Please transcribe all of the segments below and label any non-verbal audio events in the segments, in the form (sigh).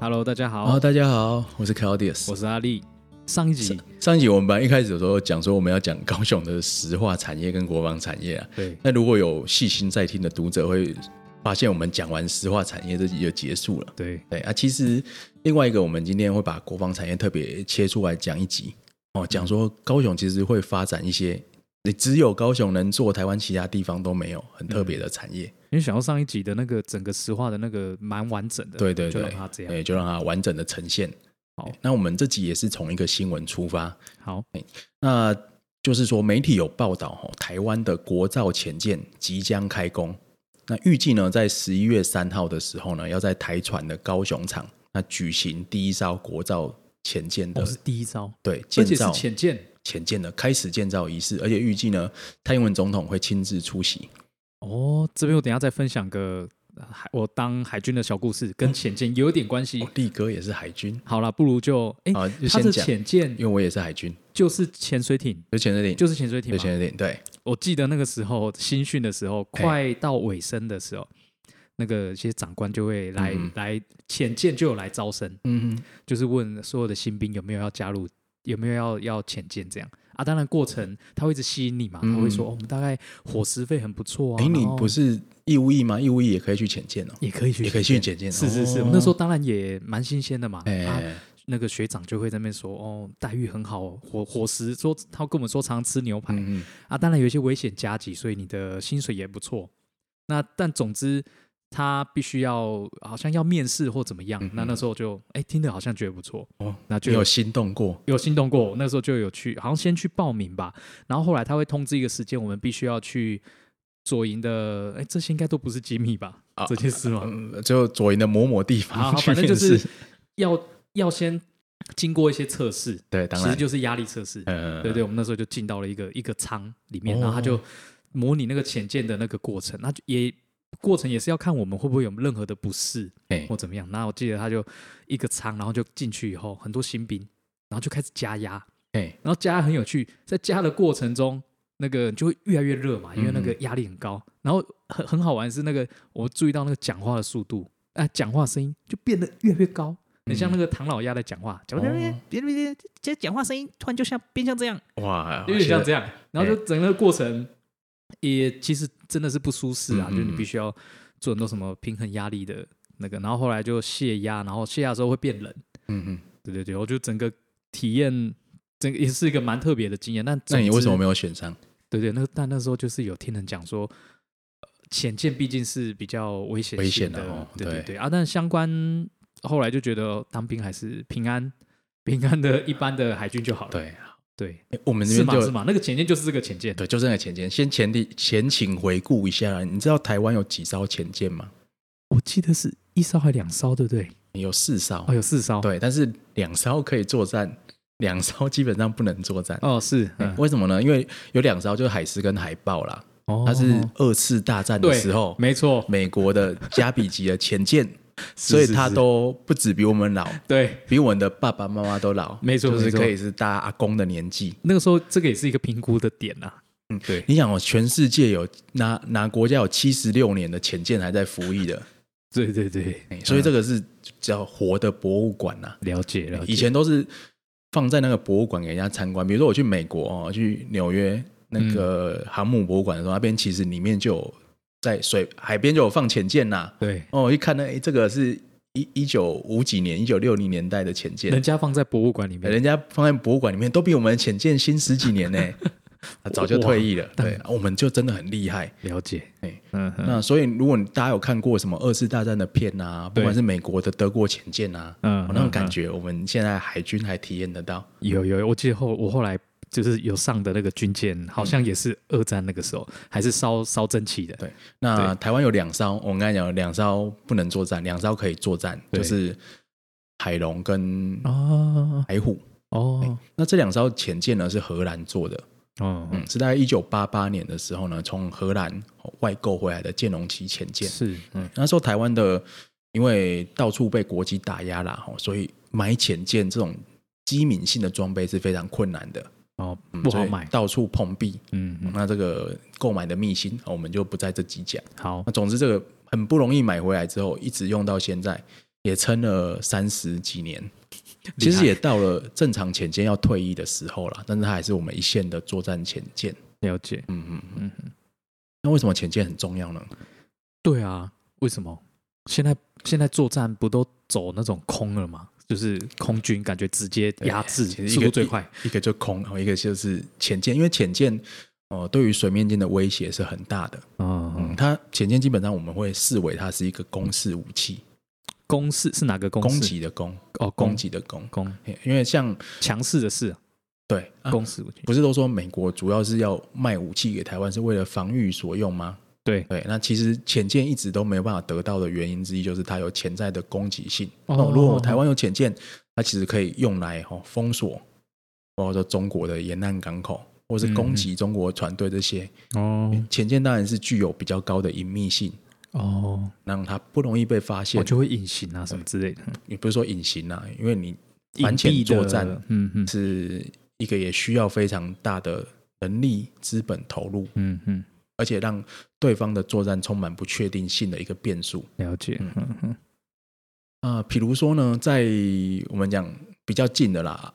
Hello，大家好，好，哦大家好，我是 Claudius 我。是阿力。上一集上一集我们本来一开始的时候讲说我们要讲高雄的石化产业跟国防产业啊，对那如果有细心在听的读者会发现，我们讲完石化产业这集就结束了。对对啊，其实另外一个，我们今天会把国防产业特别切出来讲一集嗯哦，讲说高雄其实会发展一些你只有高雄能做，台湾其他地方都没有很特别的产业。因为想要上一集的那个整个石化的那个蛮完整的，对对就对，哎让它这样对，就让它完整的呈现。好对那我们这集也是从一个新闻出发，好，哎那就是说，媒体有报道哦，台湾的国造潜舰即将开工。那预计呢，在十一月三号的时候呢，要在台船的高雄厂那举行第一艘国造潜舰的、哦我是第一招，对而建且是造浅见潜舰的开始建造仪式，而且预计呢，蔡英文总统会亲自出席。哦。这边我等一下再分享个呃海，我当海军的小故事，跟浅见有点关系哦。力哥也是海军，好啦，不如就哎好，就它先的讲浅见因为我也是海军，就是潜水艇，就潜水艇，就是潜水艇就嘛。潜水艇，对，我记得那个时候新训的时候，快到尾声的时候，那个一些长官就会来、嗯来潜舰就有来招生，嗯哼，就是问所有的新兵有没有要加入，有没有要要潜舰这样啊。当然过程他会一直吸引你嘛，嗯他会说、哦我们大概伙食费很不错啊，哎，你然后不是义务役吗？义务役也可以去潜舰哦，也可以去也可以去潜舰，是是是，哦我那时候当然也蛮新鲜的嘛。哎啊，那个学长就会在那边说，哦，待遇很好，伙伙食说他跟我们说常吃牛排，嗯嗯。啊，当然有一些危险加急，所以你的薪水也不错。那但总之，他必须要好像要面试或怎么样。那那时候就哎、听的好像觉得不错，哦，那就嗯你有心动过？有心动过。那时候就有去，好像先去报名吧。然后后来他会通知一个时间，我们必须要去左营的。哎、这些应该都不是机密吧？啊这件事吗？嗯，就左营的某某地好方好， (laughs) 去反正面就试，是要要先经过一些测试，对，当其实然，就是压力测试。嗯，对对，我们那时候就进到了一个一个舱里面，哦然后他就模拟那个潜舰的那个过程，那就也过程也是要看我们会不会有任何的不适哎或怎么样。那我记得他就一个舱，然后就进去以后，很多新兵，然后就开始加压，哎，然后加压很有趣，在加的过程中。那个就会越来越热嘛，因为那个嗯压力很高。然后很很好玩是那个，我注意到那个讲话的速度，哎、讲话声音就变得越来越高，很嗯像那个唐老鸭在讲话，讲话哦别别别，这讲话声音突然就像变像这样，哇，有点像这样，样。然后就整个过程也其实真的是不舒适啊，嗯嗯就你必须要做很多什么平衡压力的那个，然后后来就泄压，然后泄压之后会变冷，嗯嗯，对对对，我就整个体验。整个也是一个蛮特别的经验，但那你总之为什么没有选上？对对，那但那时候就是有听人讲说，呃潜舰毕竟是比较危险危性险的哦对对对啊，但相关后来就觉得当兵还是平安平安的一般的海军就好了，对，对哎我们是这边吗？是就吗？那个潜舰就是这个潜舰，对，就是那个前舰。先前提前情回顾一下，你知道台湾有几艘前舰吗？我记得是一艘还两艘，对不对？有四艘哦，，有四艘。对，但是两艘可以作战，两艘基本上不能作战。哦，是，哎嗯，为什么呢？因为有两艘就是海狮跟海豹啦，哦它是二次大战的对时候，嗯没错，美国的加比级的前舰， (laughs) 是所以是它是都不止比我们老，对。比我们的爸爸妈妈都老，没错就是没错可以是大阿公的年纪。那个时候，这个也是一个评估的点呐、啊。嗯，对，你想哦，全世界有哪哪国家有七十六年的潜舰还在服役的，对对对，哎所以这个是叫活的博物馆呐、了解了解。以前都是放在那个博物馆给人家参观，比如说我去美国哦，去纽约那嗯个航母博物馆的时候，那边其实里面就有在水海边就有放潜舰呐。对，哦，我一看呢，哎，这个是一一九五几年、一九六零年代的潜舰，人家放在博物馆里面，人家放在博物馆里面，都比我们浅见新十几年呢、啊早就退役了。对，啊我们就真的很厉害。了解。哎嗯哼，那所以，如果你大家有看过什么二次大战的片啊，不对管是美国的、德国潜舰啊，嗯哦那种嗯感嗯觉，我们现在海军还体验得到。有有，有我记得后我后来就是有上的那个军舰，好像也是二战那个时候，还是烧烧蒸汽的。嗯对，那台湾有两艘，我刚才讲有两艘不能作战，两艘可以作战，对就是海龙跟哦海虎。哦那这两艘潜舰呢是荷兰做的，哦，嗯，是大概一九八八年的时候呢，从荷兰哦外购回来的建龙旗潜舰。是嗯那时候台湾的因为到处被国际打压啦，吼，所以买潜舰这种机敏性的装备是非常困难的，哦嗯不所好以买。到处碰壁。嗯嗯，那这个购买的秘辛，哦我们就不在这集讲。好那总之，这个很不容易买回来之后，一直用到现在。也撑了三十几年，其实也到了正常潜舰要退役的时候了，但是它还是我们一线的作战潜舰。了解，嗯嗯嗯。嗯哼，那为什么潜舰很重要呢？对啊，为什么现在现在作战不都走那种空了吗？就是空军感觉直接压制，其实速一度个最快，一个就空，然后一个就是潜舰，因为潜舰呃对于水面舰的威胁是很大的。嗯，嗯，它潜舰基本上我们会视为它是一个攻势武器，攻势嗯是哪个攻势？攻击的攻，哦，攻攻击的攻。攻嘿因为像强势的势，对、啊攻势武器。不是都说美国主要是要卖武器给台湾是为了防御所用吗？对对，那其实潜舰一直都没有办法得到的原因之一，就是它有潜在的攻击性。哦哦，如果台湾有潜舰，它其实可以用来哦封锁，包括说中国的沿岸港口，或是嗯攻击中国船队这些。哦潜舰当然是具有比较高的隐秘性，哦，让它不容易被发现我。就会隐形啊什么之类的，也不是说隐形啊，因为你隐反潜蔽的嗯作战，嗯嗯是一个也需要非常大的人力资本投入，嗯嗯，而且让对方的作战充满不确定性的一个变数。了解，嗯嗯啊，比如说呢，在我们讲比较近的啦，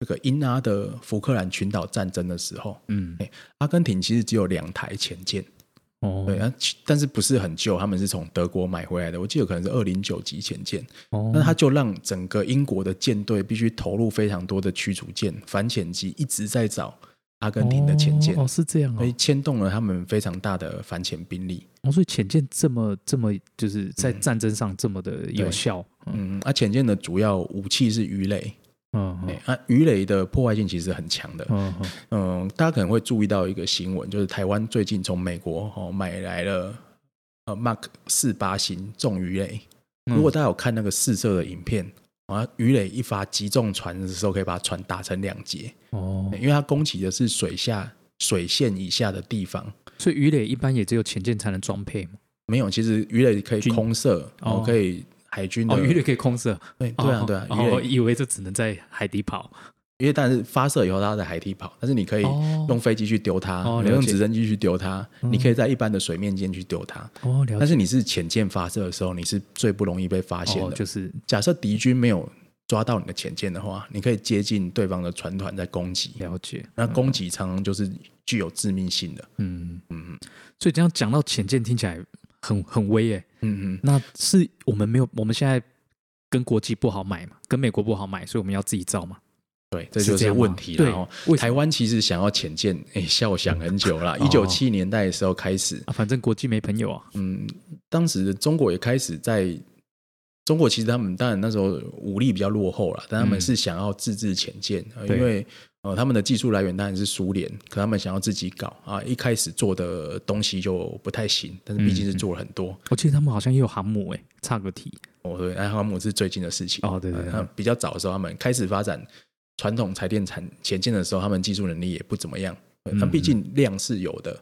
这个英阿的福克兰群岛战争的时候，嗯，阿根廷其实只有两台潜舰，哦，对，啊，其但是不是很旧，他们是从德国买回来的，我记得可能是二零九级潜舰，哦，那它就让整个英国的舰队必须投入非常多的驱逐舰、反潜机，一直在找阿根廷的哎潜舰哦，哦，是这样哦所以，牵动了他们非常大的反潜兵力。哦，所以潜舰这么这么就是在战争上这么的有效，嗯嗯，啊，潜舰的主要武器是鱼雷，嗯哎、啊，鱼雷的破坏性其实很强的。嗯嗯嗯，大家可能会注意到一个新闻，就是台湾最近从美国哦买来了呃 Mark 四八型重鱼雷。嗯如果大家有看那个试射的影片啊，鱼雷一发击中船的时候，可以把船打成两截，哦，因为它攻击的是水下水线以下的地方。所以鱼雷一般也只有潜舰才能装配嘛，没有，其实鱼雷可以军空射，哦哦，可以海军的、哦，鱼雷可以空射，对啊对啊对啊，哦鱼哦，雷以为这只能在海底跑，因为但是发射以后它在海底跑，但是你可以哦用飞机去丢它，哦你用了解直升机去丢它，你可以在一般的水面间去丢它。哦，了但解，是你是潜舰发射的时候，你是最不容易被发现哦，的。就是假设敌军没有抓到你的潜舰的话，你可以接近对方的船团在攻击。了解，那攻击常常就是具有致命性的。嗯嗯，所以这样讲到潜舰听起来很很威耶，嗯嗯，那是我们没有，我们现在跟国际不好买嘛，跟美国不好买，所以我们要自己造嘛，对，这就是是样吗问题对了哦。为什哦台湾其实想要潜舰， (laughs) 哎、笑想很久了。一九七年代的时候开始，啊，反正国际没朋友啊，嗯，当时中国也开始在中国，其实他们当然那时候武力比较落后了，但他们嗯是想要自制潜舰，呃对因为呃他们的技术来源当然是苏联，可他们想要自己搞啊，一开始做的东西就不太行，但是毕竟嗯是做了很多。我记得他们好像也有航母哎、差个题哦，对，那航母是最近的事情。呃哦，对对对，那比较早的时候，他们开始发展传统柴电产前进的时候，他们技术能力也不怎么样，对嗯但毕竟量是有的。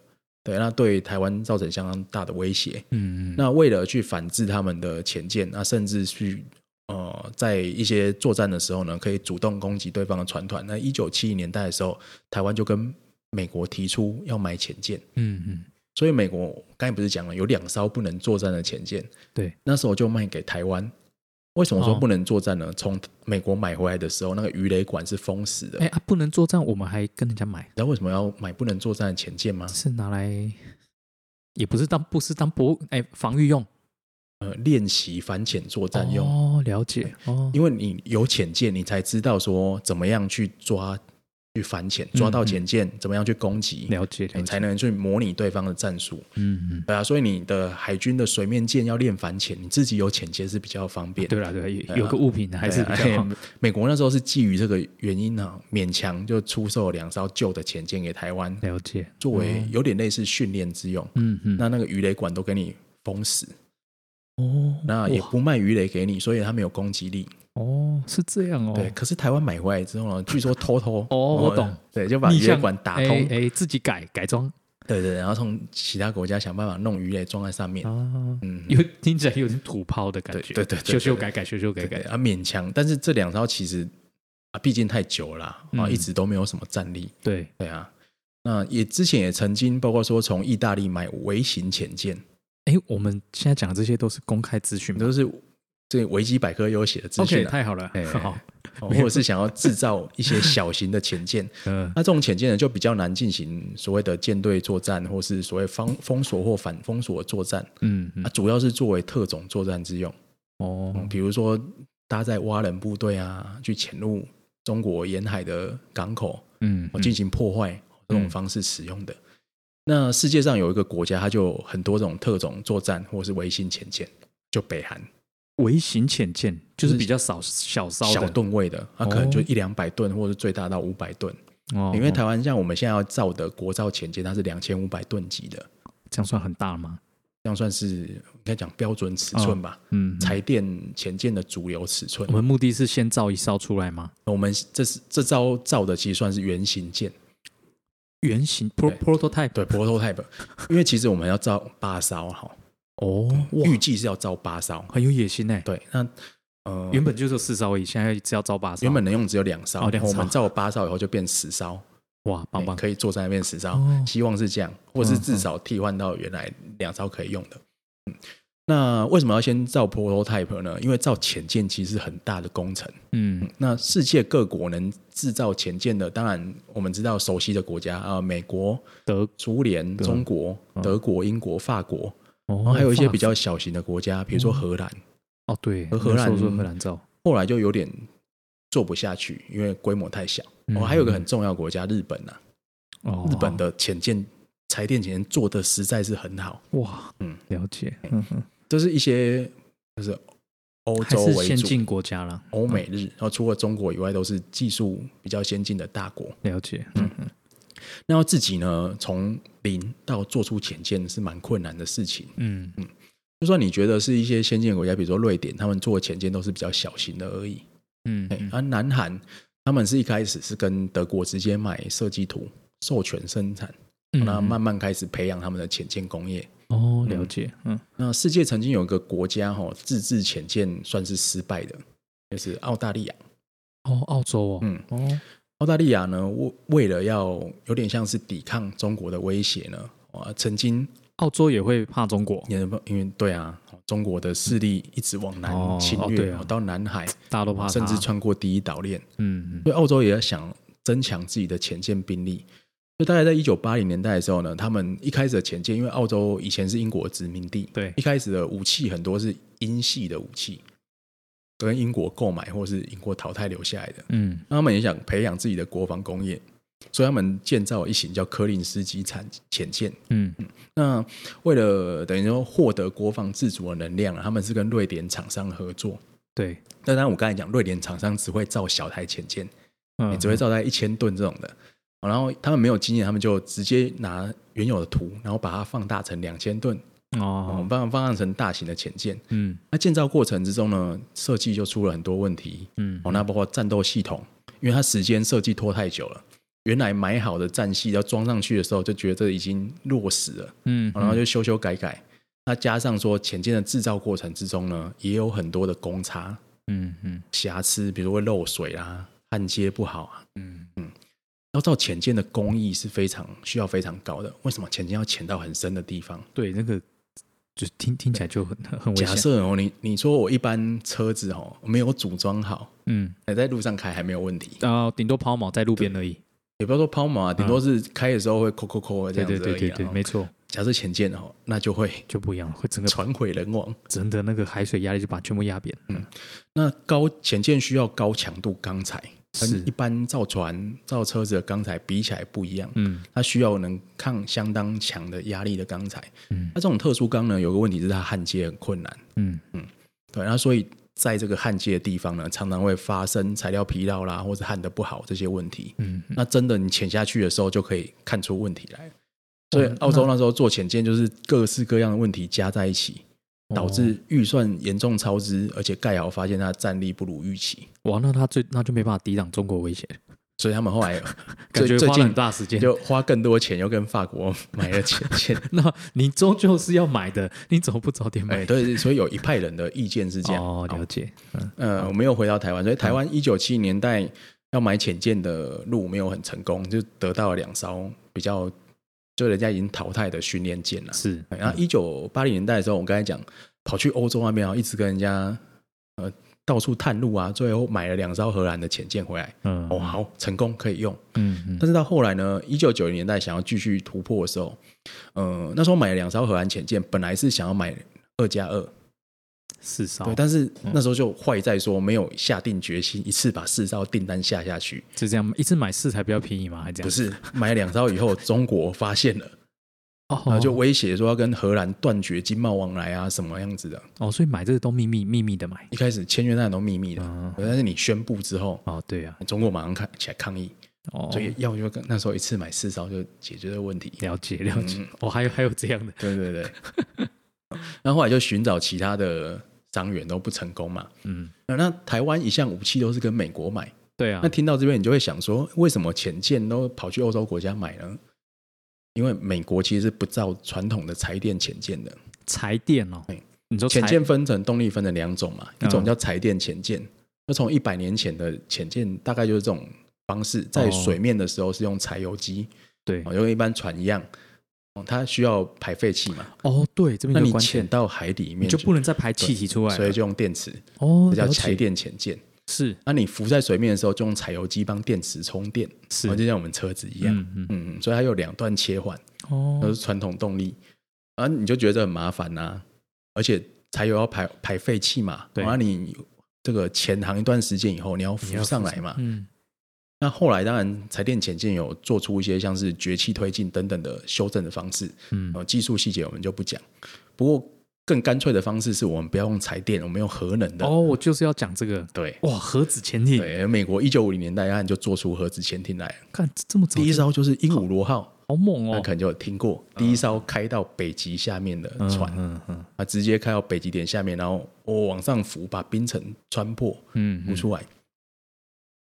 对，那对台湾造成相当大的威胁。嗯，那为了去反制他们的潜舰，那甚至去呃，在一些作战的时候呢，可以主动攻击对方的船团。那一九七零年代的时候，台湾就跟美国提出要买潜舰，嗯嗯，所以美国刚才不是讲了有两艘不能作战的潜舰，对，那时候就卖给台湾。为什么说哦不能作战呢？从美国买回来的时候，那个鱼雷管是封死的。哎、啊，不能作战，我们还跟人家买，你知道为什么要买不能作战的潜舰吗？是拿来，也不是当不是当博哎、防御用，呃，练习反潜作战用。哦，了解哦，因为你有潜舰，你才知道说怎么样去抓、去反潜，抓到潜舰，怎么样去攻击，嗯了解了你才解，能去模拟对方的战术。嗯嗯，对啊，所以你的海军的水面舰要练反潜，你自己有潜舰是比较方便。对啦对啦，有有个物品还对是啊，比较好，嘿美国那时候是基于这个原因呢、勉强就出售两艘旧的潜舰给台湾，了解，啊作为有点类似训练之用。嗯嗯，那那个鱼雷管都给你封死，哦，那也哇不卖鱼雷给你，所以它没有攻击力。哦，是这样哦，对，可是台湾买回来之后呢，据说偷偷哦我懂，对，就把逆鱼雷向管打哎通，哎、自己改改装对对，然后从其他国家想办法弄鱼雷装在上面，啊，嗯，有听起来有点土炮的感对觉，对对对修修对改改修修改对对改，啊勉强，但是这两艘其实啊，毕竟太久了啊，嗯一直都没有什么战力，对，对啊。那也之前也曾经，包括说从意大利买微型潜舰，哎、我们现在讲的这些都是公开资讯吗，都是这维基百科有写的资 OK，讯、啊。太好了，嗯哎好，哦或者是想要制造一些小型的潜舰，嗯那这种潜舰呢就比较难进行所谓的舰队作战，或是所谓封封锁或反封锁作战，嗯嗯啊，主要是作为特种作战之用，哦，比如说搭载蛙人部队啊，去潜入中国沿海的港口，嗯，哦进行破坏这种方式使用的。那世界上有一个国家，它就有很多这种特种作战或是微型潜舰，就北韩微型潜舰就是就是比较少小艘的小吨位的，它、可能就哦一两百吨，或者最大到五百吨。哦，因为它台湾像我们现在要造的国造潜舰，它是两千五百吨级的，这样算很大吗？这样算是应该讲标准尺寸吧，嗯，柴电潜舰的主流尺寸我。们目的是先造一艘出来吗？我们这是这招造的其实算是原型舰，原型 pro 对 prototype 对 prototype，因为其实我们要造八艘哈，哦，哇，预计是要造八艘。很有野心哎，对，那呃原本就是四艘而已，现在只要造八艘，原本能用只有两艘，哦两艘我们造了八艘以后就变十艘，哇，棒棒可以坐在那边十艘，哦希望是这样，或是至少替换到原来两艘可以用的。嗯，那为什么要先造 prototype 呢？因为造潜舰其实是很大的工程。嗯那世界各国能制造潜舰的，当然我们知道熟悉的国家啊、呃美国、德苏联、中国、嗯德国、英国、法国，哦然后还有一些比法较小型的国家，比如说荷兰。哦对，和荷兰那时候说荷兰造后来就有点做不下去，因为规模太小。嗯哦，还有一个很重要的国家日本啊，哦日本的潜舰、柴电潜舰做的实在是很好，哇，嗯嗯，了解，嗯哼，这是一些就是欧还洲是为先主、进国嗯家啦，欧美日，然后除了中国以外都是技术比较先进的大国。了解，嗯哼那要自己呢从零到做出潜舰是蛮困难的事情。嗯就算你觉得是一些先进的国家，比如说瑞典，他们做的潜舰都是比较小型的而已。嗯哎嗯，而、南韩他们是一开始是跟德国直接买设计图授权生产，嗯那慢慢开始培养他们的潜舰工业。哦了解，嗯那世界曾经有一个国家哈、哦，自制潜舰算是失败的，就是澳大利亚。哦澳洲哦，嗯哦澳大利亚呢，为为了要有点像是抵抗中国的威胁呢，啊，曾经澳洲也会怕中国，也因为对啊，中国的势力一直往南哦侵哦对略，啊到南海，大家都怕它，甚至穿过第一岛链。嗯嗯所以澳洲也想增强自己的潜舰兵力。就大概在一九八零年代的时候呢，他们一开始的潜舰，因为澳洲以前是英国殖民地，对一开始的武器很多是英系的武器，跟英国购买或是英国淘汰留下来的。嗯那他们也想培养自己的国防工业，所以他们建造一型叫科林斯基产潜舰。嗯那为了等于说获得国防自主的能量啊，他们是跟瑞典厂商合作。对，那当然，我刚才讲瑞典厂商只会造小台潜舰，嗯你只会造在一千吨这种的。然后他们没有经验，他们就直接拿原有的图，然后把它放大成两千吨，我哦们放放大成大型的潜舰。嗯那建造过程之中呢，设计就出了很多问题。嗯哦，那包括战斗系统，因为它时间设计拖太久了，原来买好的战系要装上去的时候，就觉得这已经落实了，嗯哦然后就修修改改。那加上说，潜舰的制造过程之中呢，也有很多的公差嗯嗯瑕疵，比如会漏水啦、焊接不好啊，嗯要造潜舰的工艺是非常需要非常高的。为什么潜舰要潜到很深的地方？对那个。就听听起来就很很很危假险，设哦，你你说我一般车子哦没有组装好，嗯，你在路上开还没有问题，然后呃顶多抛锚在路边而已，也不要说抛锚啊，顶多是开的时候会扣扣扣这对样子嗯对而已啊。对对对，没错，假设潜舰哦，那就会 (laughs) 就不一样了，会整个船毁人亡。真的那个海水压力就把全部压扁，那高潜舰需要高强度钢材，是跟一般造船、造车子的钢材比起来不一样。嗯它需要能抗相当强的压力的钢材。嗯那这种特殊钢呢，有个问题是它焊接很困难。嗯对，那所以在这个焊接的地方呢，常常会发生材料疲劳啦，或者焊得不好这些问题。嗯，嗯那真的你潜下去的时候，就可以看出问题来了。所以哦澳洲那时候做潜舰，就是各式各样的问题加在一起，导致预算严重超支，而且盖好发现它的战力不如预期，哦哇，那他最那就没办法抵挡中国威胁，所以他们后 (laughs) 来感最觉最花了很近大时间。就花更多钱，又跟法国 (laughs) 买了潜舰。那你终究是要买的，你怎么不早点哎，买？对，所以有一派人的意见是这样。哦，了解，嗯呃，我们又回到台湾，所以台湾一九七年代要买潜舰的路没有很成功，就得到了两艘比较就人家已经淘汰的训练舰了。是，然后一九八零年代的时候，我们刚才讲跑去欧洲那边啊，一直跟人家呃到处探路啊，最后买了两艘荷兰的潜舰回来。嗯哦，好，成功可以用。嗯嗯但是到后来呢，一九九零年代想要继续突破的时候，呃，那时候买了两艘荷兰潜舰，本来是想要买二加二，四艘，对，但是嗯那时候就坏在说没有下定决心一次把四艘订单下下去，是这样，一次买四台比较便宜嘛，还这样不是买两艘以后，中国发现了，哦，然后就威胁说要跟荷兰断绝经贸往来啊，什么样子的。哦，所以买这个都秘密秘密的买一开始签约那都秘密的，嗯但是你宣布之后，哦，对啊，中国马上看起来抗议，哦，所以要就跟那时候一次买四艘就解决这个问题。了解了解嗯，哦，还有还有这样的，对对对， (laughs) 那后来就寻找其他的伤员都不成功嘛。嗯，那那台湾一向武器都是跟美国买，对啊那，听到这边你就会想说，为什么潜舰都跑去欧洲国家买呢？因为美国其实是不造传统的柴电潜舰的，柴电哦对，你说潜柴舰分成动力分成两种嘛，一种嗯叫柴电潜舰，就从一百年前的潜舰大概就是这种方式，在哦水面的时候是用柴油机，对哦，就跟一般船一样，哦它需要排废气嘛，哦，对，这那边有你关潜键，到海里你面就不能再排气体出来了，所以就用电池，哦，这叫了柴解电潜舰。是那你浮在水面的时候，就用柴油机帮电池充电，是哦，就像我们车子一样。嗯嗯嗯，所以它有两段切换，都哦是传统动力，啊，你就觉得很麻烦呐、而且柴油要排排废气嘛，对然后你这个潜航一段时间以后，你要浮上来嘛。嗯那后来当然，柴电潜舰有做出一些像是崛气推进等等的修正的方式，嗯呃，技术细节我们就不讲。不过更干脆的方式是我们不要用柴电，我们用核能的。哦，嗯我就是要讲这个，对哇，核子潜艇，对，美国一九五零年代它就做出核子潜艇来了，看这这么早第一就艘就是鹦鹉螺号。好猛那哦可，能就有听过，第一艘开到北极下面的船，嗯嗯啊，直接开到北极点下面，然后我、往上浮，把冰层穿破嗯浮嗯，出来。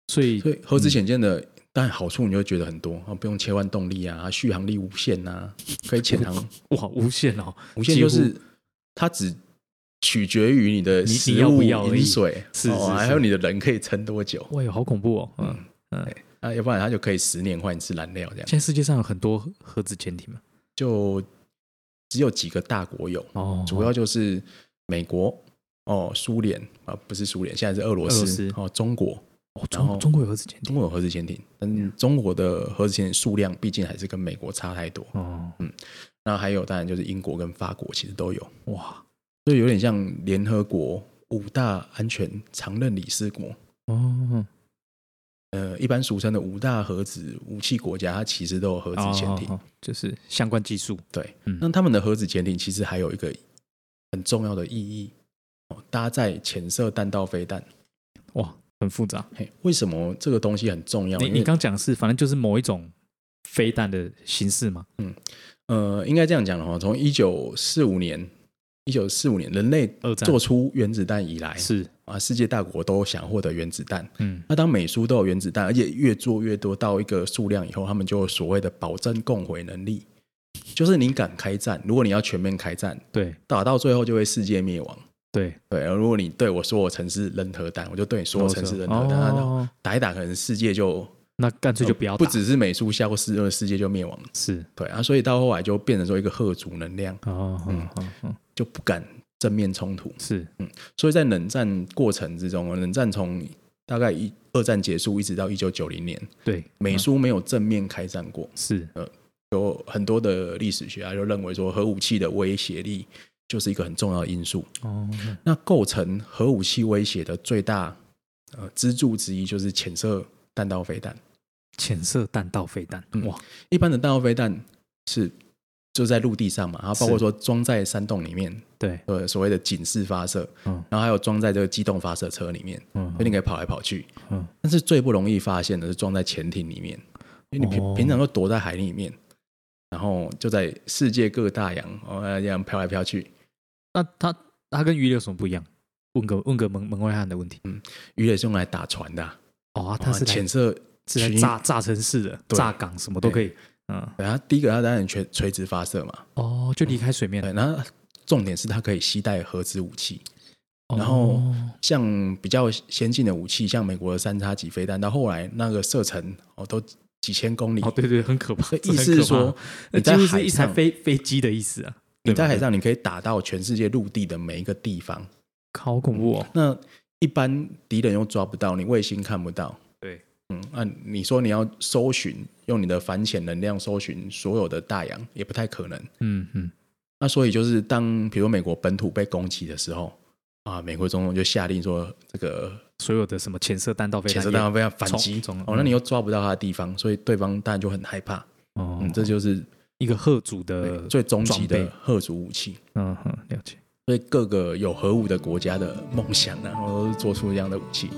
所以所以核子潜舰的，当然好处你就会觉得很多，啊，不用切换动力啊，续航力无限啊，可以潜 (laughs) 航哇无限哦，无限，几就乎是它只取决于你的你食要物、不要而已饮水，是哦是还是有你的人可以撑多久。哇哟，好恐怖哦，嗯嗯，啊，要不然它就可以十年换一次燃料，这样现在世界上有很多核核子潜艇嘛，就只有几个大国有，哦，嗯主要就是美国、哦，苏联啊，不是苏联，现在是俄罗俄罗斯斯哦，中国，哦然后中中国有核子潜中艇国有核子潜艇，但嗯是中国的核子潜艇数量毕竟还是跟美国差太多。哦，那还有，当然就是英国跟法国其实都有，哇所以有点像联合国五大安全常任理事国。哦呃，一般俗称的五大核子武器国家，它其实都有核子潜艇。哦哦哦就是相关技术，对，嗯那他们的核子潜艇其实还有一个很重要的意义，哦，搭载潜射弹道飞弹。哇，很复杂。嘿，为什么这个东西很重要？你因你为刚讲的是，反正就是某一种飞弹的形式嘛，呃，应该这样讲的话，从一九四五年，一九四五年人类二战做出原子弹以来，是，啊，世界大国都想获得原子弹。嗯，那当美苏都有原子弹，而且越做越多到一个数量以后，他们就有所谓的保证共毁能力，就是你敢开战，如果你要全面开战，对打到最后就会世界灭亡。对，对，然后如果你对我所有城市扔核弹，我就对你所有城市扔核弹，那那哦，打一打，可能世界就那干脆就不要哦不打只是美苏消失，而世界就灭亡了。是对啊，所以到后来就变成说一个核主能量，哦，嗯嗯就不敢正面冲突。是，所以在冷战过程之中，冷战从大概一二战结束一直到一九九零年，对，美嗯苏没有正面开战过。是有很多的历史学家就认为说，核武器的威胁力就是一个很重要的因素。哦，那构成核武器威胁的最大呃支柱之一就是潜射弹道飞弹。潜射弹道飞弹，嗯哇，一般的弹道飞弹是就在陆地上嘛，然后包括是说装在山洞里面，对，呃，所谓的警示发射，嗯然后还有装在这个机动发射车里面，嗯所以你可以跑来跑去。嗯但是最不容易发现的是装在潜艇里面，因为你平、哦平常都躲在海里面，然后就在世界各大洋哦这样飘来飘去。那它它跟鱼类有什么不一样？问个问个门门外汉的问题，鱼雷是用来打船的啊、哦，啊哦，它是来潜射是来巡炸炸城市的，对炸港什么都可以，嗯，对，它第一个它当然垂垂直发射嘛，哦，就离开水面，对，然后重点是它可以携带核子武器，哦然后像比较先进的武器，像美国的三叉戟飞弹，到后来那个射程哦都几千公里，哦，对对，很可怕所，以这意很可思是怕说那你几在乎海是一台上飞飞机的意思啊。你对吧在海上你可以打到全世界陆地的每一个地方。好恐怖哦！那一般敌人又抓不到，你卫星看不到。对，嗯，那、你说你要搜寻，用你的反潜能量搜寻所有的大洋，也不太可能。嗯嗯，那所以就是当比如美国本土被攻击的时候，啊，美国总统就下令说，这个所有的什么潜射弹道飞弹也，潜射弹道飞弹反击冲冲，哦，那你又抓不到他的地方，所以对方当然就很害怕。哦，嗯，这就是呃一个核主的最终极呃装的备核武武器。嗯哼，了解。所以各个有核武的国家的梦想啊，然后都是做出这样的武器。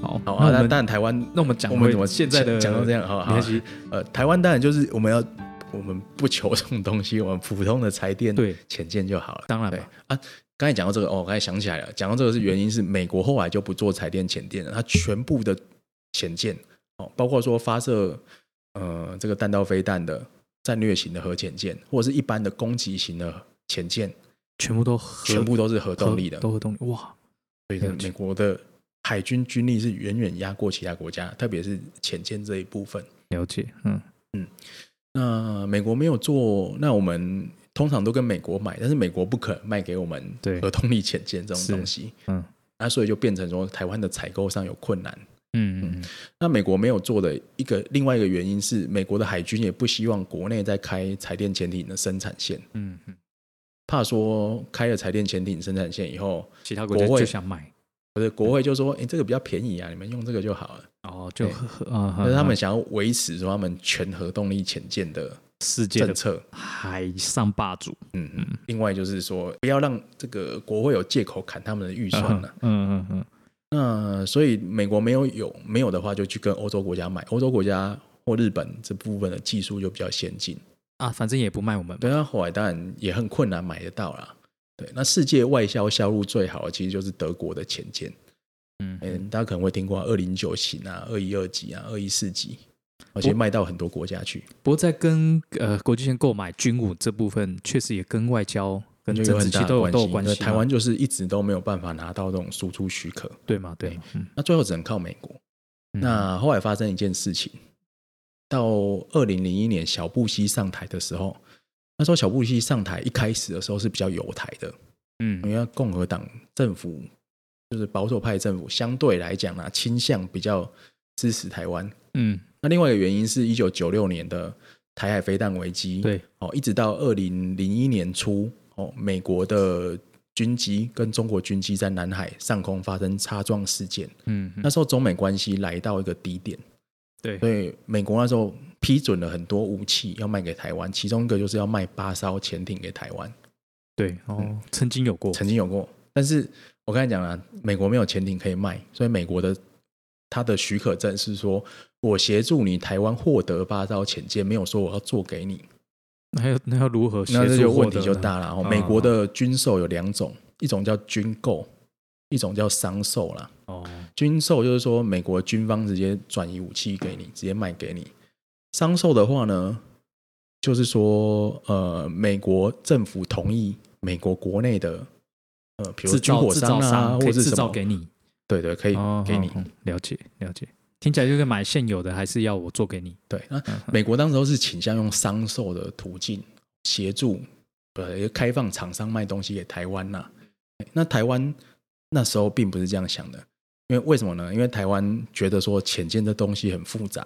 好，好，那啊我那们当然台湾那我们讲我们怎回么现在的讲讲到这样好没关系，呃，台湾当然就是我们要，我们不求这种东西，我们普通的柴电对潜舰就好了。当然对嘛，啊，刚才讲到这个，哦，我刚才想起来了，讲到这个是原因是美国后来就不做柴电潜电了，它全部的潜舰哦，包括说发射呃这个弹道飞弹的战略型的核潜舰，或者是一般的攻击型的潜舰，全部都核全部都是核动力的核。都核动力，哇，所以呢美国的海军军力是远远压过其他国家，特别是潜舰这一部分。了解，嗯，那美国没有做，那我们通常都跟美国买，但是美国不可能卖给我们对核动力潜舰这种东西，嗯那所以就变成说台湾的采购上有困难。嗯嗯那美国没有做的一个另外一个原因是，美国的海军也不希望国内在开柴电潜艇的生产线，嗯嗯，怕说开了柴电潜艇生产线以后，其他国家国会就想买，不是国会就说，哎、这个比较便宜啊，你们用这个就好了。哦，就对核核啊，但是嗯他们嗯想要维持说他们全核动力潜舰的世界政的策，海上霸主，嗯嗯。另外就是说，不要让这个国会有借口砍他们的预算了、嗯嗯嗯那所以美国没有有没有的话，就去跟欧洲国家买，欧洲国家或日本这部分的技术就比较先进。啊，反正也不卖我们，对，那后来当然也很困难买得到啦。对，那世界外销销路最好的其实就是德国的潜舰，嗯嗯，大家可能会听过二零九型啊、二一二级啊、二一四级，而且卖到很多国家去，不过在跟呃国际线购买军武这部分，确实也跟外交跟就政很治大期的都有都有关关系。系因为嘛。台湾就是一直都没有办法拿到这种输出许可，对嘛对嘛，嗯那最后只能靠美国。嗯那后来发生一件事情，到二零零一年小布希上台的时候，那时候小布希上台一开始的时候是比较有台的，嗯因为共和党政府就是保守派政府，相对来讲啊，倾向比较支持台湾。嗯那另外一个原因是一九九六年的台海飞弹危机，对哦，一直到二零零一年初，哦，美国的军机跟中国军机在南海上空发生擦撞事件，嗯那时候中美关系来到一个低点，对所以美国那时候批准了很多武器要卖给台湾，其中一个就是要卖八艘潜艇给台湾，对哦，曾经有过曾经有过。但是我刚才讲了，啊美国没有潜艇可以卖，所以美国的它的许可证是说我协助你台湾获得八艘潜舰，没有说我要做给你，那要那要如何协那这就助获问得题呢就大了。哦嗯美国的军售有两种，一种叫军购，一种叫商售啦。哦，军售就是说美国军方直接转移武器给你，直接卖给你。商售的话呢，就是说呃，美国政府同意美国国内的呃，比如制军造火制造商啊，可或以者制是什造么，给你，对对，可以、哦给你。哦哦了解了解，听起来就跟买现有的，还是要我做给你，对，那嗯哼美国当时候是倾向用商售的途径协助呃开放厂商卖东西给台湾呐、那台湾那时候并不是这样想的，因为为什么呢？因为台湾觉得说潜舰这东西很复杂，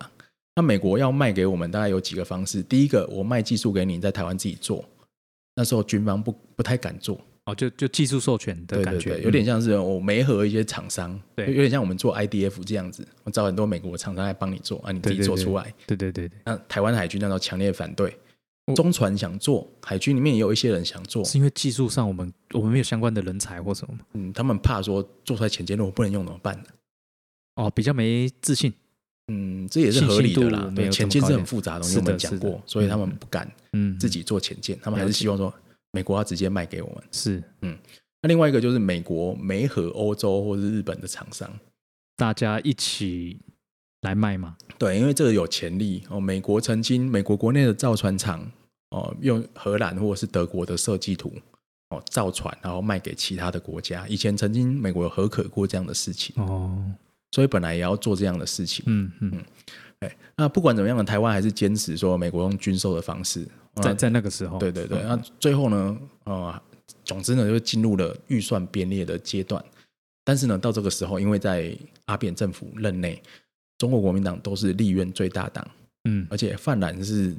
那美国要卖给我们大概有几个方式。第一个，我卖技术给你，在台湾自己做。那时候军方不不太敢做，哦，就就技术授权的对感对觉，嗯对，有点像是我媒合一些厂商，对有点像我们做 IDF 这样子，我找很多美国厂商来帮你做，啊，你自己对对做对出来。嗯对对对对，那台湾海军那时候强烈反对我，中船想做，海军里面也有一些人想做，哦是因为技术上我们我们没有相关的人才或什么吗嗯，他们怕说做出来潜舰如果不能用怎么办？哦，比较没自信，嗯，这也是合理的信啦心度。没对，有潜这么高一舰是点很复杂的东西，是我的们讲是的过，所以他们嗯不敢嗯，自己做潜舰，他们还了是解希望说美国要直接卖给我们。是那另外一个就是美国没和欧洲或是日本的厂商，大家一起来卖嘛，对，因为这个有潜力哦。美国曾经美国国内的造船厂哦，用荷兰或者是德国的设计图哦造船，然后卖给其他的国家。以前曾经美国有合可过这样的事情，哦，所以本来也要做这样的事情。嗯嗯，哎、哎，那不管怎么样呢，台湾还是坚持说美国用军售的方式。在在那个时候，嗯对对啊对，那最后呢，呃，总之呢，就进入了预算编列的阶段。但是呢，到这个时候，因为在阿扁政府任内，中国国民党都是立院最大党，嗯而且泛蓝是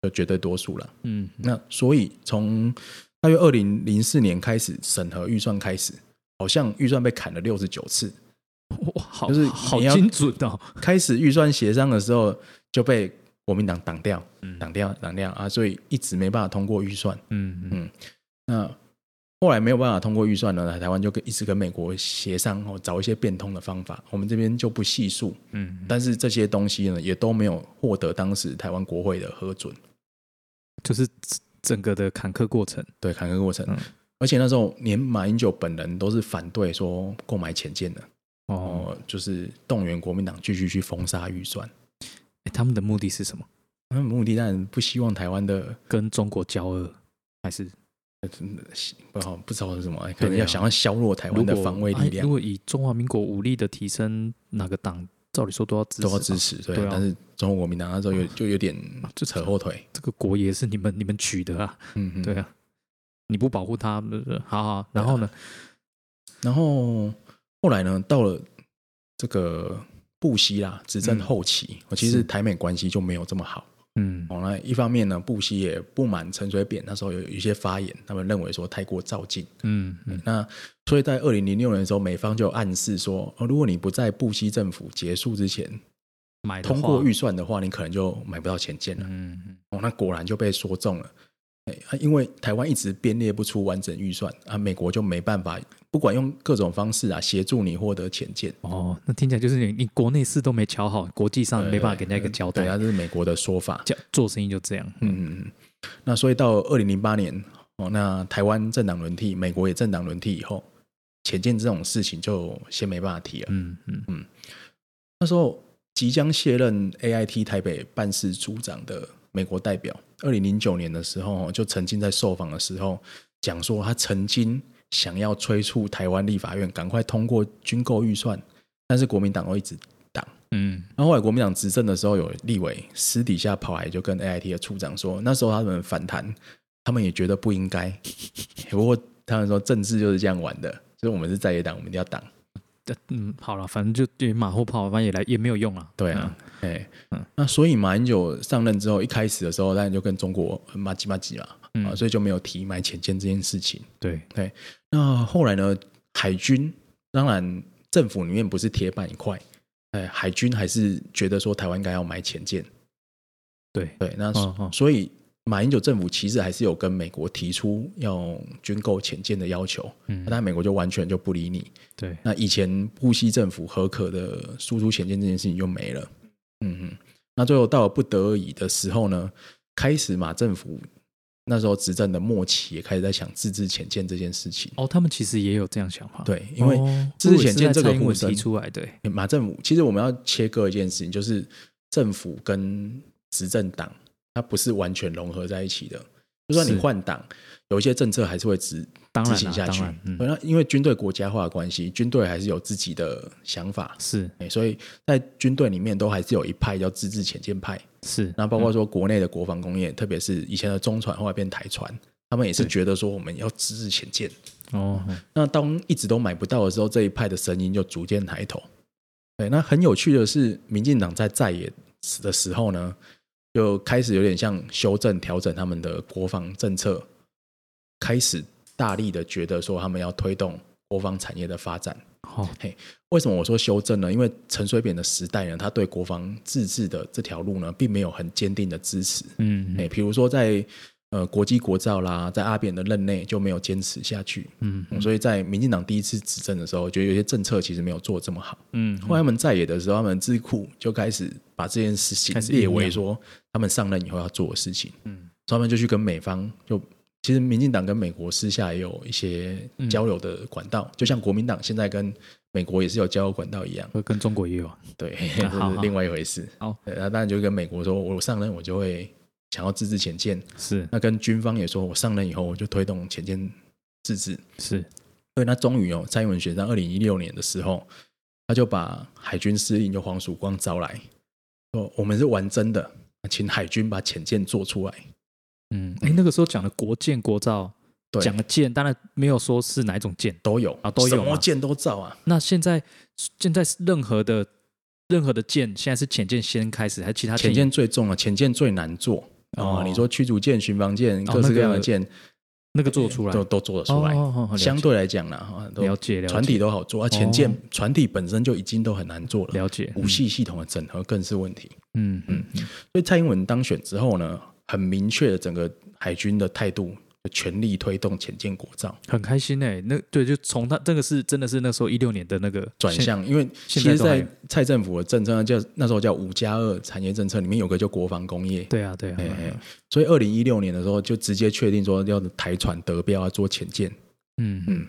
呃绝对多数了。嗯那所以从大约二零零四年开始审核预算开始，好像预算被砍了六十九次。哇，好就是好你要精准哦，开始预算协商的时候就被国民党挡掉嗯，挡掉，挡掉啊，所以一直没办法通过预算。嗯嗯嗯那后来没有办法通过预算呢，台湾就跟一直跟美国协商哦，找一些变通的方法。我们这边就不细数，嗯，但是这些东西呢，也都没有获得当时台湾国会的核准。就是整整个的坎坷过程，对，坎坷过程。嗯而且那时候连马英九本人都是反对说购买潜舰的，哦，哦，就是动员国民党继续去封杀预算。诶他们的目的是什么？那目的当然不希望台湾的跟中国交恶，还是不好不知道是什么，可能对啊要想要削弱台湾的如果防卫力哎量如，果以中华民国武力的提升，哪个党照理说都要支持都吧，要支持。对对啊啊，但是中国国民党那时候有就有点哦这扯后腿。这个国也是你们你们取的啊，嗯嗯，啊对啊，你不保护他，呃好好，然后呢？然后后来呢，到了这个布希啦执嗯政后期，我其实是台美关系就没有这么好。嗯哦，那一方面呢，布希也不满陈水扁那时候有有一些发言，他们认为说太过照进。嗯嗯那所以在二零零六年的时候，美方就暗示说，哦，如果你不在布希政府结束之前买的通话过预算的话，你可能就买不到钱见了。嗯嗯哦，那果然就被说中了。哎、啊因为台湾一直编列不出完整预算啊，美国就没办法，不管用各种方式啊协助你获得钱见。哦，那听起来就是你你国内事都没瞧好，国际上啊没办法给人家一个交代对，，啊，这是美国的说法。叫做生意就这样。嗯，嗯嗯那所以到二零零八年，哦，那台湾政党轮替，美国也政党轮替以后，潜舰这种事情就先没办法提了。嗯嗯那时候即将卸任 AIT 台北办事处长的美国代表，二零零九年的时候，哦就曾经在受访的时候讲说，他曾经想要催促台湾立法院赶快通过军购预算，但是国民党都一直挡。嗯然后后来国民党执政的时候，有立委私底下跑来就跟 AIT 的处长说，那时候他们反弹，他们也觉得不应该。 (laughs) 不过他们说政治就是这样玩的，所以我们是在野党，我们一定要挡。呃嗯，好了，反正就对马后炮，反正也来也没有用了。对啊，哎、嗯那所以马英九上任之后，一开始的时候，当然就跟中国呃马吉马吉嘛，嗯，啊，嗯，所以就没有提买潜舰这件事情。对，那后来呢，海军当然政府里面不是铁板一块，哎，海军还是觉得说台湾应该要买潜舰，对，对，那哦哦所以马英九政府其实还是有跟美国提出要军购潜舰的要求，嗯，但美国就完全就不理你，对，那以前布希政府合可的输出潜舰这件事情就没了。嗯嗯，那最后到了不得已的时候呢，开始马政府那时候执政的末期也开始在想自治潜舰这件事情。哦，他们其实也有这样想法，对，因为哦自治潜舰这个我以为是在蔡英呼文声提，出来，对，马政府其实我们要切割一件事情，就是政府跟执政党它不是完全融合在一起的。就算你是换党，有一些政策还是会执当执然行啦下当去然，。嗯，那因为军队国家化的关系，军队还是有自己的想法，是欸所以在军队里面都还是有一派叫自治潜舰派，是，那包括说国内的国防工业，特别是以前的中船，后来变台船，他们也是对觉得说我们要自治潜舰。哦，哦那当一直都买不到的时候，这一派的声音就逐渐抬头。对，那很有趣的是，民进党在在野的时候呢，就开始有点像修正调整他们的国防政策，开始大力的觉得说他们要推动国防产业的发展。好，为什么我说修正呢？因为陈水扁的时代呢，他对国防自治的这条路呢，并没有很坚定的支持。嗯哎、比如说在呃国际国造啦，在阿扁的任内就没有坚持下去。嗯嗯所以在民进党第一次执政的时候，我觉得有些政策其实没有做得这么好。嗯，后来他们在野的时候，他们智库就开始把这件事情开始列酝为酿说他们上任以后要做的事情。嗯，所以他们就去跟美方就。其实，民进党跟美国私下也有一些嗯交流的管道，就像国民党现在跟美国也是有交流管道一样。会跟中国也有啊，对，啊好 (laughs) 这是好另外一回事。好对，那当然就跟美国说，我上任我就会想要自治潜舰；是那跟军方也说，我上任以后我就推动潜舰自治。是，对，那终于哦，蔡英文选上二零一六年的时候，他就把海军司令就黄曙光招来，哦，我们是玩真的，请海军把潜舰做出来。嗯，哎、那个时候讲的国舰国造，对，讲的舰当然没有说是哪一种舰。都有啊都有什么嘛舰都造啊。那现在现在是任何的任何的舰，现在是潜舰先开始，还是其他潜舰舰最重了，潜舰最难做啊、哦你说驱逐舰、巡防舰，哦各式各样那的个舰、那个做出来？都都做得出来。哦哦哦了解相对来讲啦，哈，都了解了解哦船体都好做，啊，潜舰、船体本身就已经都很难做了，了解，武器系统的整合更是问题。嗯嗯所以蔡英文当选之后呢，很明确的整个海军的态度，全力推动潜舰国造很开心哎、那对，就从他这个是真的是那时候一六年的那个转现，向，因为其实，现在都还在蔡政府的政策叫那时候叫五加二产业政策，里面有个叫国防工业。对啊对啊，哎哎所以二零一六年的时候就直接确定说要台船德标要做潜舰，嗯嗯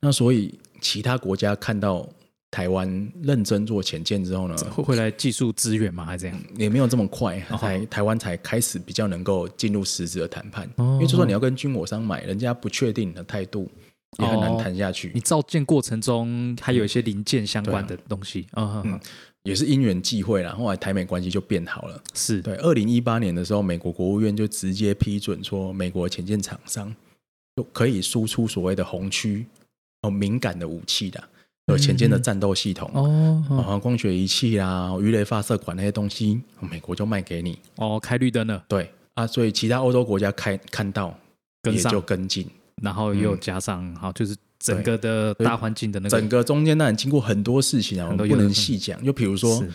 那所以其他国家看到台湾认真做潜舰之后呢，嗯会会来技术支援吗？还是这样？也没有这么快，哦台台湾才开始比较能够进入实质的谈判。哦因为就算你要跟军火商买，人家不确定你的态度，也很难哦谈下去。你造建过程中还有一些嗯零件相关的东西啊，嗯嗯嗯也是因缘际会啦，后来台美关系就变好了。是对，二零一八年的时候，美国国务院就直接批准说，美国潜舰厂商就可以输出所谓的红区哦敏感的武器的，有潜舰的战斗系统。哦嗯哦哦啊，光学仪器啦、鱼雷发射管那些东西，美国就卖给你。哦，开绿灯了，对啊，所以其他欧洲国家看看到跟也上就跟进。然后嗯又加上好，就是整个的大环境的那个整个中间当然经过很多事情啊，我很多们不诱能因细讲。就比如说是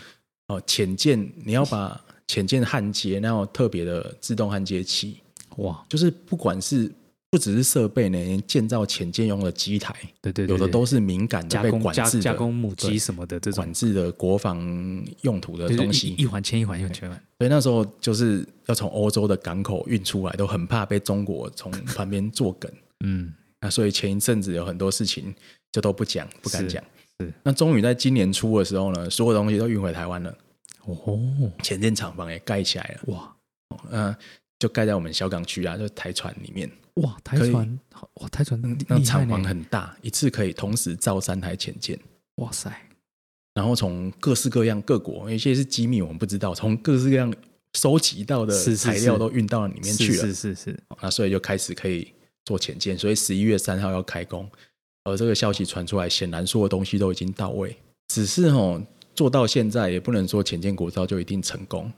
哦，潜舰你要把潜舰焊接，那要特别的自动焊接器，哇，就是不管是不只是设备呢，连建造潜舰用的机台，对对，对有的对都是敏感的加被工管加制加工的。母机什么的这种管，制的国防用途的就是东一西，一环牵一环，一环牵一环，所以那时候就是要从欧洲的港口运出来，都很怕被中国从旁边作梗。嗯，那所以前一阵子有很多事情就都不讲，不敢是讲。是那终于在今年初的时候呢，所有东西都运回台湾了，哦，前舰厂房也盖起来了，哇嗯、就盖在我们小港区啊，就台船里面。哇，台可以船好哇，台船厉那厉害厂呢房很大，一次可以同时造三台潜舰，哇塞，然后从各式各样各国，有一些是机密我们不知道，从各式各样收集到是的是材是料都运到里面去了。是是是是，那所以就开始可以做潜舰，所以十一月三号要开工。而这个消息传出来，显然所有东西都已经到位，只是哦，做到现在也不能说潜舰国造就一定成功。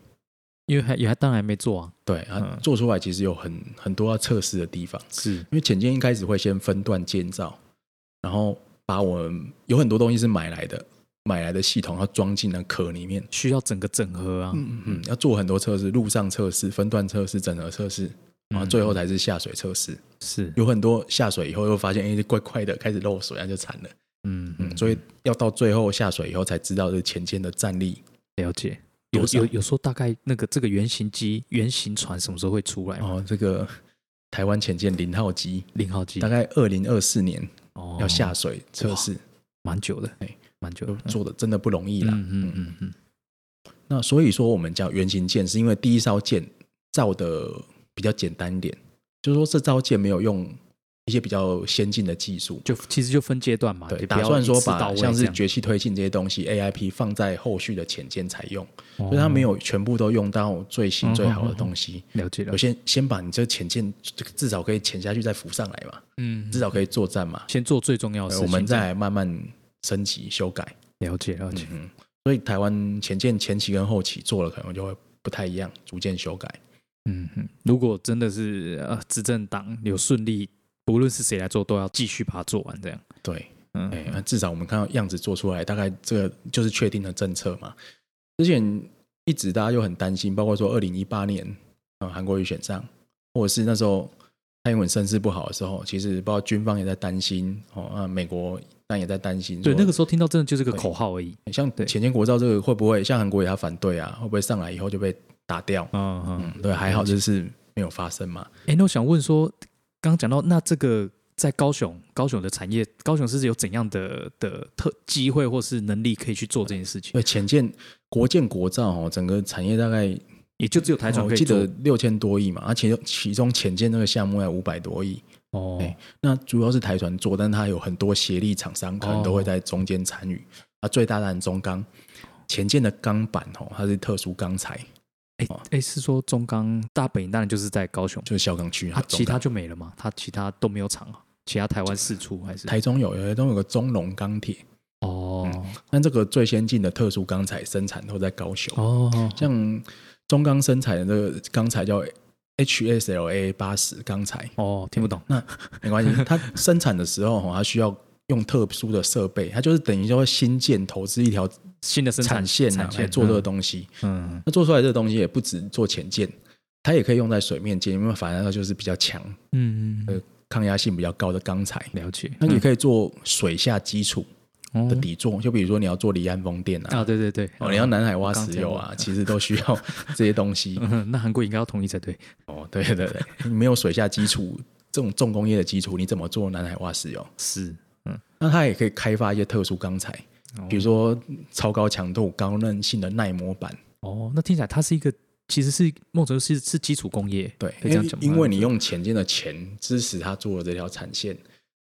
因为还也还当然还没做啊，对啊嗯，做出来其实有很很多要测试的地方，是因为潜舰一开始会先分段建造，然后把我们有很多东西是买来的，买来的系统要装进那壳里面。需要整个整合啊，嗯嗯，要做很多测试，路上测试、分段测试、整合测试，然后啊最后才是下水测试。嗯是，有很多下水以后又发现，哎、怪怪的，开始漏水，那就惨了。嗯嗯嗯，，所以要到最后下水以后才知道这前舰的战力。了解。有多少有有说大概那个这个原型机、原型船什么时候会出来吗？哦，这个台湾前舰零号机，零号机大概二零二四年哦要下水测试，蛮久的哎，蛮久的。做的真的不容易嗯啦。嗯嗯嗯，那所以说，我们讲原型舰，是因为第一艘舰造的比较简单一点，就是说这艘舰没有用一些比较先进的技术。就其实啊就分阶段嘛，对，也不打要算说一次到把位像这是样崛起推进这些东西 AIP 放在后续的潜舰采用，哦所以它没有全部都用到最新最好的东西。了解了有，些先把你这潜舰这个至少可以潜下去再浮上来嘛，嗯至，少可以作战嘛，先做最重要的呃事我情，们这样再来慢慢升级修改。了解了解，嗯，所以台湾潜舰前期跟后期做了可能就会不太一样，逐渐修改。嗯嗯。如果真的是呃执政党有顺利，不论是谁来做，都要继续把它做完这样。对，嗯哎、那至少我们看到样子做出来，大概这个就是确定的政策嘛。之前一直大家就很担心，包括说二零一八年，呃，韩国瑜选上，或者是那时候蔡英文身世不好的时候，其实包括军方也在担心，哦，啊，美国但也在担心说，哎对，那个时候听到真的就是个口号而已。像对浅见国造这个会不会像韩国瑜他反对啊？会不会上来以后就被打掉？嗯嗯。嗯，对，还好就是没有发生嘛。哎，那我想问说，刚刚讲到那这个在高雄，高雄的产业，高雄是有怎样的的特机会或是能力可以去做这件事情？对，浅见国建国造哦，整个产业大概也就只有台船哦我可以记做得六千多亿嘛，而且其中浅见那个项目要五百多亿，哦，哎那主要是台船哦做，但它有很多协力厂商可能都会在中间参与。啊，最大当然中钢，前舰的钢板哦，它是特殊钢材，哎哦哎，是说中钢大本营当然就是在高雄，就是小港区它啊，其他中就没了嘛，它其他都没有厂啊，其他台湾四处还是钢台中有台中有个中龙钢铁，哦那这个最先进的特殊钢材生产都在高雄，哦，像中钢生产的这个钢材叫 HSLA 八十钢材，哦听不懂那没 (laughs) 关系，它生产的时候哦，它需要用特殊的设备，它就是等于说新建投资一条新的生产产线啊产来线哎做这个东西。嗯嗯那做出来这个东西也不止做潜舰，它也可以用在水面舰，因为反正它就是比较强、嗯嗯抗压性比较高的钢材。了解那也可以做水下基础哦的底座，就比如说你要做离岸风电啊，啊对对对，哦，你要南海挖我刚石油听啊过， (laughs) 其实都需要这些 (laughs) 东西。嗯那韩国应该要同意才对哦，对对对，你没有水下基础，这种重工业的基础，你怎么做南海挖石油？是那它也可以开发一些特殊钢材，比如说超高强度、高韧性的耐磨板。哦，那听起来它是一个其实是某种程度是是基础工业，对，可以这因样为讲吗因为你用前进的钱支持他做的这条产线，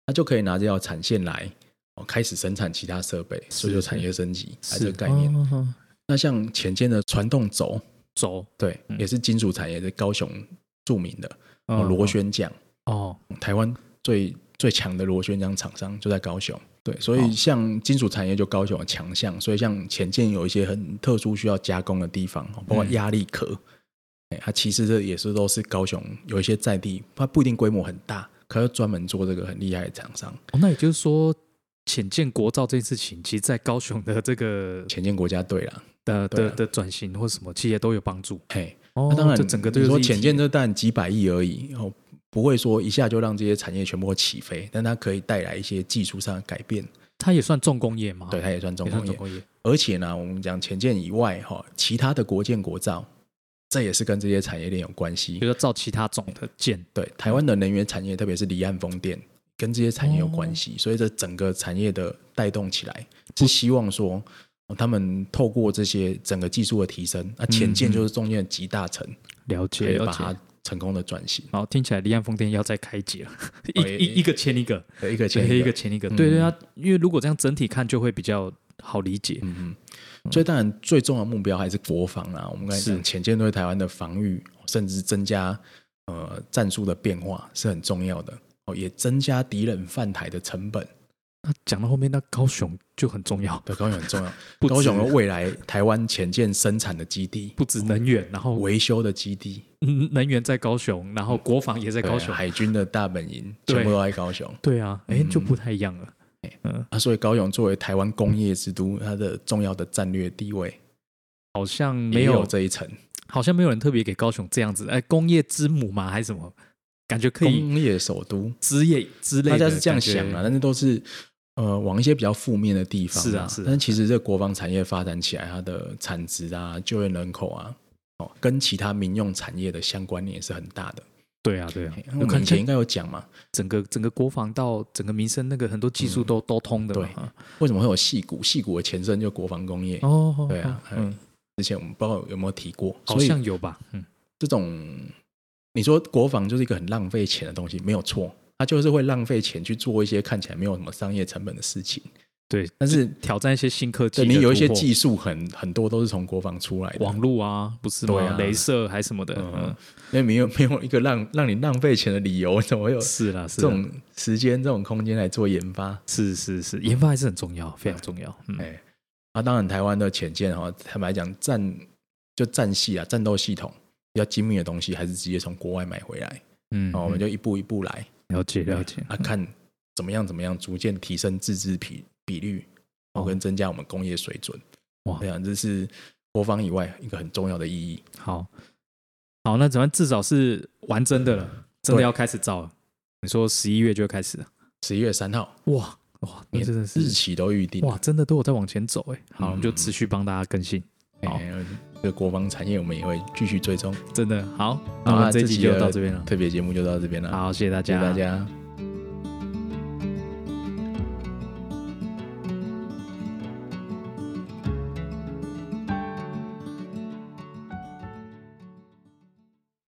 他就可以拿这条产线来哦开始生产其他设备，所以就产业升级，它这是个概念。哦哦哦那像前进的传动轴，轴对，也是金属产业是高雄著名的哦嗯螺旋桨，哦台湾最最强的螺旋桨厂商就在高雄。对，所以像金属产业就高雄的强项，所以像前进有一些很特殊需要加工的地方，哦包括嗯压力壳，哎、它其实这也是都是高雄有一些在地，它不一定规模很大，可是专门做这个很厉害的厂商，哦，那也就是说，浅见国造这件事情，其实在高雄的这个前进国家队啦。的对啊的的转型或什么，其实也都有帮助。嘿，哦那、当然，这整个都你有说浅见这当然几百亿而已，哦，不会说一下就让这些产业全部都起飞，但它可以带来一些技术上的改变，它也算重工业嘛？对，，它也算重哦也工算重业。工业。而且呢，我们讲前建以外哈，其他的国建国造，这也是跟这些产业链有关系比。如说造其他种的舰，对，台湾的能源产业，特别是离岸风电，跟这些产业有关系，哦所以这整个产业的带动起来，是希望说。哦他们透过这些整个技术的提升，那前嗯建就是中间的集大成，了可解以了把解。它成功的转型，然后听起来离岸风电要再开解了，一哦也一一个前一个，对一个嗯前对，一一个个。前一个。对对啊，因为如果这样整体看，就会比较好理解。嗯所以当然最重要的目标还是国防啊。我们刚才是讲前建对台湾的防御，甚至增加呃战术的变化是很重要的哦，也增加敌人犯台的成本。那讲到后面，那高雄就很重要，对，高雄很重要。 (laughs) 不止高雄有未来台湾前建生产的基地、不止能源，然后维修的基地、嗯能源在高雄，然后国防也在嗯对啊高雄。海军的大本营，对全部都在高雄。对啊，哎，嗯就不太一样了。啊，所以高雄作为台湾工业之都，它的重要的战略地位好像也没有有，这一层。好像没有人特别给高雄这样子，哎，工业之母嘛，还是什么？感觉可以工业首都，枝叶之类大的，家是这样想啊，的。但是都是呃往一些比较负面的地方、是啊是啊但其实这国防产业发展起来，它的产值啊、就业人口啊，哦，跟其他民用产业的相关联是很大的。对啊，对啊嘿，我我们看以前应该有讲嘛，整个整个国防到整个民生那个很多技术都都通的嘛。嗯对啊为什么会有戏骨？戏骨的前身就国防工业。哦，哦对啊哦嗯，之前我们不知道有没有提过，好所以像有吧，嗯，这种你说国防就是一个很浪费钱的东西，没有错，它就是会浪费钱去做一些看起来没有什么商业成本的事情。对，但是挑战一些新科技对的突破，你有一些技术很很多都是从国防出来的，网络啊，不是吗对啊？镭射还什么的，嗯嗯，，因为没有没有一个让让你浪 (laughs) 费钱的理由，怎么会有是啊啦，是这啦种时间、这种空间来做研发？是是是，研发还是很重要，非常重要。嗯，哎，啊，当然台湾的潜舰哈，坦白讲，战就战系啊，战斗系统比较精密的东西，还是直接从国外买回来。嗯，哦，我们就一步一步来了解了解。啊，看怎么样怎么样，逐渐提升自制比比率，哦，哦跟增加我们工业水准。哇我想这是国防以外一个很重要的意义。好，好，那咱们至少是玩真的了，真的对要开始造了。你说十一月就会开始了，十一月三号，哇哇，那连真的日是期都预定。哇，真的都有在往前走哎。好，我们就嗯持续帮大家更新，好哎，这个国防产业我们也会继续追踪。真的好。那好我啊们这一这集集就的到这边了，特别节目就到这边了，好，谢谢大谢谢家，大。家。